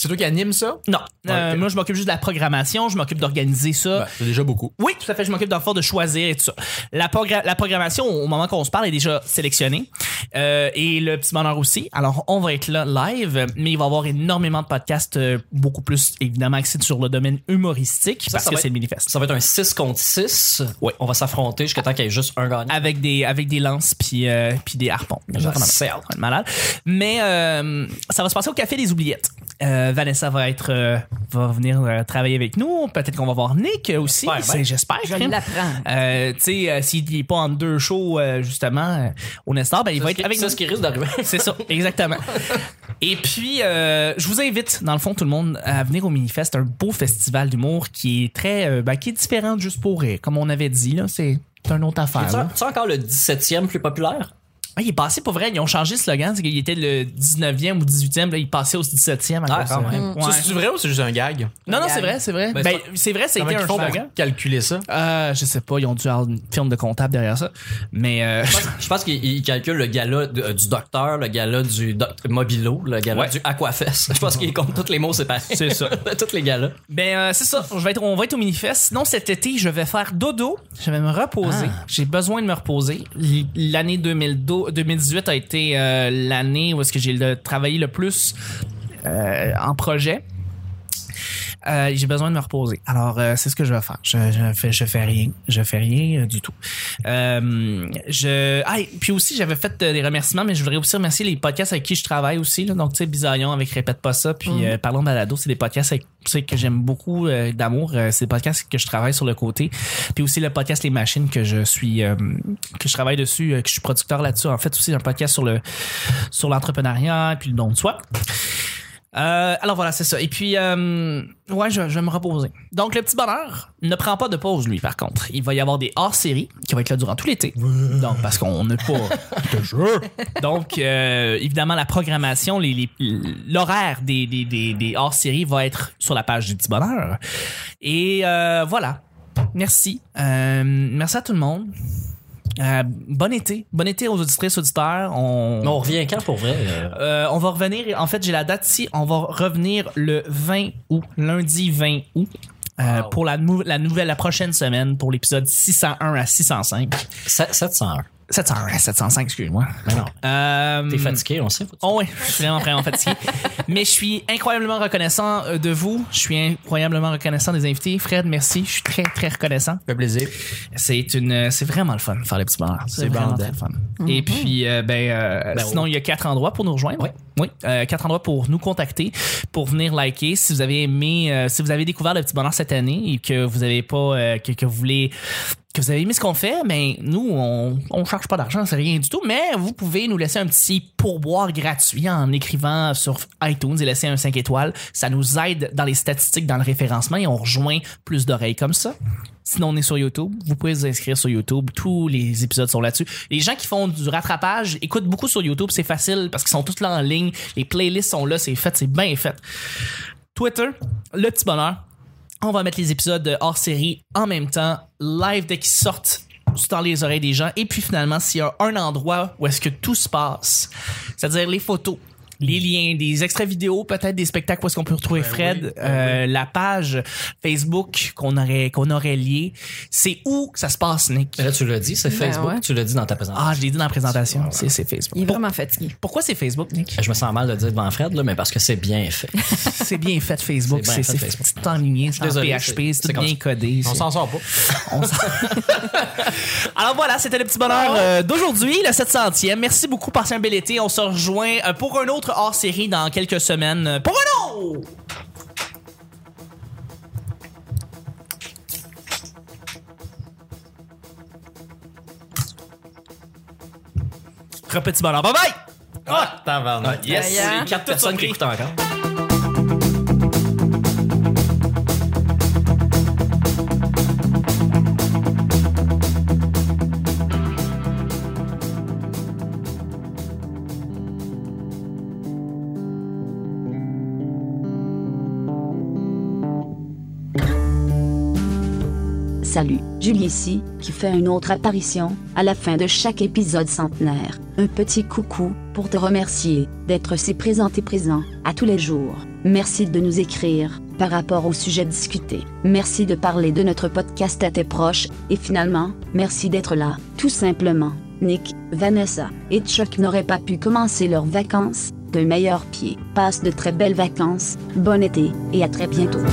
[SPEAKER 2] C'est toi qui anime ça?
[SPEAKER 1] Non, euh,
[SPEAKER 2] Ok.
[SPEAKER 1] moi je m'occupe juste de la programmation, je m'occupe d'organiser ça.
[SPEAKER 4] Ben.
[SPEAKER 2] c'est déjà beaucoup.
[SPEAKER 1] Oui, tout à fait. Je m'occupe d'en faire de choisir et tout ça. La, progra- la programmation, au moment qu'on se parle, est déjà sélectionnée. Euh, et le petit bonheur aussi. Alors, on va être là live, mais il va y avoir énormément de podcasts, euh, beaucoup plus évidemment axés sur le domaine humoristique, parce
[SPEAKER 4] ça
[SPEAKER 1] que
[SPEAKER 4] va
[SPEAKER 1] c'est
[SPEAKER 4] être-
[SPEAKER 1] le manifeste.
[SPEAKER 4] Ça va être un 6 contre 6.
[SPEAKER 1] Ouais.
[SPEAKER 4] On va s'affronter jusqu'à temps qu'il y ait juste un gagnant.
[SPEAKER 1] Avec des, avec des lances puis, euh, puis des harpons.
[SPEAKER 4] Genre,
[SPEAKER 1] Vraiment.
[SPEAKER 4] serre.
[SPEAKER 1] Ça va être malade. Mais euh, ça va se passer au Café des Oubliettes. Euh, euh, Vanessa va être euh, va venir euh, travailler avec nous. Peut-être qu'on va voir Nick euh, aussi.
[SPEAKER 4] J'espère,
[SPEAKER 1] C'est-
[SPEAKER 4] ben.
[SPEAKER 1] J'espère.
[SPEAKER 5] Je
[SPEAKER 1] crime.
[SPEAKER 5] l'apprends.
[SPEAKER 1] Euh, tu sais, euh, s'il n'est pas en deux shows, euh, justement, euh, au Nestor, ben, il va
[SPEAKER 4] C'est ce
[SPEAKER 1] être
[SPEAKER 4] qui-
[SPEAKER 1] avec
[SPEAKER 4] c'est
[SPEAKER 1] nous.
[SPEAKER 4] ce qui risque d'arriver.
[SPEAKER 1] C'est ça, exactement. Et puis, euh, je vous invite, dans le fond, tout le monde, à venir au Minifest, un beau festival d'humour qui est très, euh, ben, qui est différent de juste pour rire, comme on avait dit là, c'est c'est une autre affaire.
[SPEAKER 4] Tu
[SPEAKER 1] là.
[SPEAKER 4] as encore le 17e plus populaire?
[SPEAKER 1] Ah, il est passé pour vrai, ils ont changé le slogan, c'est qu'il était le 19e ou 18e, là, il passait au 17e. à
[SPEAKER 4] Ah,
[SPEAKER 1] cause
[SPEAKER 4] quand
[SPEAKER 1] de ça.
[SPEAKER 4] même.
[SPEAKER 1] Ouais.
[SPEAKER 2] Ça, C'est vrai ou c'est juste un gag?
[SPEAKER 1] Non, non, c'est vrai, c'est vrai.
[SPEAKER 4] Ben,
[SPEAKER 1] Ben, c'est vrai, c'était
[SPEAKER 2] Comment ils
[SPEAKER 1] un
[SPEAKER 2] font pour
[SPEAKER 1] slogan.
[SPEAKER 2] calculer ça?
[SPEAKER 1] Euh, je sais pas, ils ont dû avoir une firme de comptable derrière ça. Mais euh,
[SPEAKER 4] Je pense- Je pense qu'il il calcule le gala de- euh, du docteur, le gala du doc- Mobilo, le gala
[SPEAKER 1] Ouais.
[SPEAKER 4] du Aquafest. Je pense qu'il compte tous les mots séparés.
[SPEAKER 1] C'est ça.
[SPEAKER 4] tous les galas.
[SPEAKER 1] Ben euh, c'est ça, je vais être, on va être au Minifest. Sinon cet été, je vais faire dodo, je vais me reposer.
[SPEAKER 4] Ah.
[SPEAKER 1] J'ai besoin de me reposer. L- L'année 2012 2018 a été euh, l'année où est-ce que j'ai le- travaillé le plus euh, en projet. Euh, j'ai besoin de me reposer. Alors euh, c'est ce que je vais faire. Je, je fais je fais rien, je fais rien euh, du tout. Euh, je ah, et puis aussi j'avais fait euh, des remerciements mais je voudrais aussi remercier les podcasts avec qui je travaille aussi là. donc tu sais Bisaillon avec répète pas ça puis euh, parlons balado, c'est des podcasts avec, tu sais, que j'aime beaucoup euh, d'amour, Euh, c'est des podcasts que je travaille sur le côté puis aussi le podcast les machines que je suis euh, que je travaille dessus euh, que je suis producteur là-dessus en fait aussi un podcast sur le sur l'entrepreneuriat et puis le don de soi. Euh, alors voilà, c'est ça. Et puis, euh, ouais, je, je vais me reposer. Donc, le petit bonheur ne prend pas de pause, lui, par contre. Il va y avoir des hors-séries qui vont être là durant tout l'été. Donc, parce qu'on n'est pas. Donc, euh, évidemment, la programmation, les- les- l'horaire des, des, des, des hors-séries va être sur la page du petit bonheur. Et euh, voilà. Merci. Euh, merci à tout le monde. Euh, bon été. Bon été aux auditrices, auditeurs. On,
[SPEAKER 4] Mais on revient quand pour vrai? euh?
[SPEAKER 1] euh, on va revenir. En fait, j'ai la date ici. On va revenir le 20 août, lundi 20 août. euh,
[SPEAKER 4] Wow.
[SPEAKER 1] pour la, nou- la nouvelle, la prochaine semaine, pour l'épisode 601 à 605.
[SPEAKER 4] Sept- 701.
[SPEAKER 1] 701 à 705, excuse-moi.
[SPEAKER 4] Mais Ben non.
[SPEAKER 1] Euh,
[SPEAKER 4] T'es fatigué, on sait.
[SPEAKER 1] Oh oui, je suis vraiment, vraiment fatigué. Mais je suis incroyablement reconnaissant euh, de vous. Je suis incroyablement reconnaissant des invités. Fred, merci. Je suis très, très reconnaissant.
[SPEAKER 2] Fait plaisir.
[SPEAKER 1] C'est une, c'est vraiment le fun de faire les petits bonheurs. Ah, C'est vraiment
[SPEAKER 2] bandant.
[SPEAKER 1] très le fun. Et puis, euh, ben, euh,
[SPEAKER 4] Ben,
[SPEAKER 1] sinon, il y a quatre endroits pour nous rejoindre. Oui. Euh, quatre endroits pour nous contacter, pour venir liker. Si vous avez aimé, euh, si vous avez découvert le petit bonheur cette année et que vous avez pas, euh, que, que vous voulez, que vous avez aimé ce qu'on fait, ben, nous, on, on charge pas d'argent, c'est rien du tout, mais vous pouvez nous laisser un petit pourboire gratuit en écrivant sur iTunes et laisser un 5 étoiles. Ça nous aide dans les statistiques, dans le référencement et on rejoint plus d'oreilles comme ça. Sinon, on est sur YouTube. Vous pouvez vous inscrire sur YouTube. Tous les épisodes sont là-dessus. Les gens qui font du rattrapage écoutent beaucoup sur YouTube. C'est facile parce qu'ils sont tous là en ligne. Les playlists sont là. C'est fait. C'est bien fait. Twitter, le petit bonheur. On va mettre les épisodes hors série en même temps, live dès qu'ils sortent dans les oreilles des gens. Et puis finalement, s'il y a un endroit où est-ce que tout se passe, c'est-à-dire les photos, les liens, des extraits vidéo, peut-être des spectacles où est-ce qu'on peut retrouver Fred, euh, la page Facebook qu'on aurait qu'on aurait liée, c'est où que ça se passe, Nick
[SPEAKER 4] Là, tu l'as dit, c'est
[SPEAKER 3] Ben
[SPEAKER 4] Facebook.
[SPEAKER 3] ouais.
[SPEAKER 4] Tu l'as dit dans ta présentation.
[SPEAKER 1] Ah, je l'ai dit dans la présentation, c'est c'est Facebook.
[SPEAKER 5] Il est
[SPEAKER 1] Pour-
[SPEAKER 5] vraiment fatigué.
[SPEAKER 1] pourquoi c'est Facebook, Nick
[SPEAKER 4] Je me sens mal de le dire devant Fred, là, mais parce que c'est bien fait.
[SPEAKER 1] C'est bien fait Facebook,
[SPEAKER 4] C'est
[SPEAKER 1] c'est
[SPEAKER 4] bien fait,
[SPEAKER 1] c'est
[SPEAKER 4] Facebook.
[SPEAKER 1] c'est enligné, c'est en
[SPEAKER 4] Désolé,
[SPEAKER 1] PHP,
[SPEAKER 4] c'est-
[SPEAKER 1] c'est
[SPEAKER 4] c'est
[SPEAKER 1] tout
[SPEAKER 4] comme
[SPEAKER 1] bien
[SPEAKER 4] ça.
[SPEAKER 1] codé.
[SPEAKER 2] On
[SPEAKER 1] c'est-
[SPEAKER 2] s'en sort pas.
[SPEAKER 1] On s'en- Alors voilà, c'était le petit bonheur euh, d'aujourd'hui, le 700e. Merci beaucoup, passez un bel été. On se rejoint euh, pour un autre hors-série dans quelques semaines. euh, Pour un autre! Re petit bonheur. Bye bye!
[SPEAKER 4] Ah, tabarnak. Yes,
[SPEAKER 3] Aïe, hein? aïe.
[SPEAKER 4] les quatre personnes qui écoutent encore.
[SPEAKER 6] Salut, Julie ici, qui fait une autre apparition, à la fin de chaque épisode centenaire. Un petit coucou, pour te remercier, d'être si présent et présent, à tous les jours. Merci de nous écrire, par rapport au sujet discuté. Merci de parler de notre podcast à tes proches, et finalement, merci d'être là, tout simplement. Nick, Vanessa et Chuck n'auraient pas pu commencer leurs vacances, de meilleurs pieds. Passe de très belles vacances, bon été, et à très bientôt.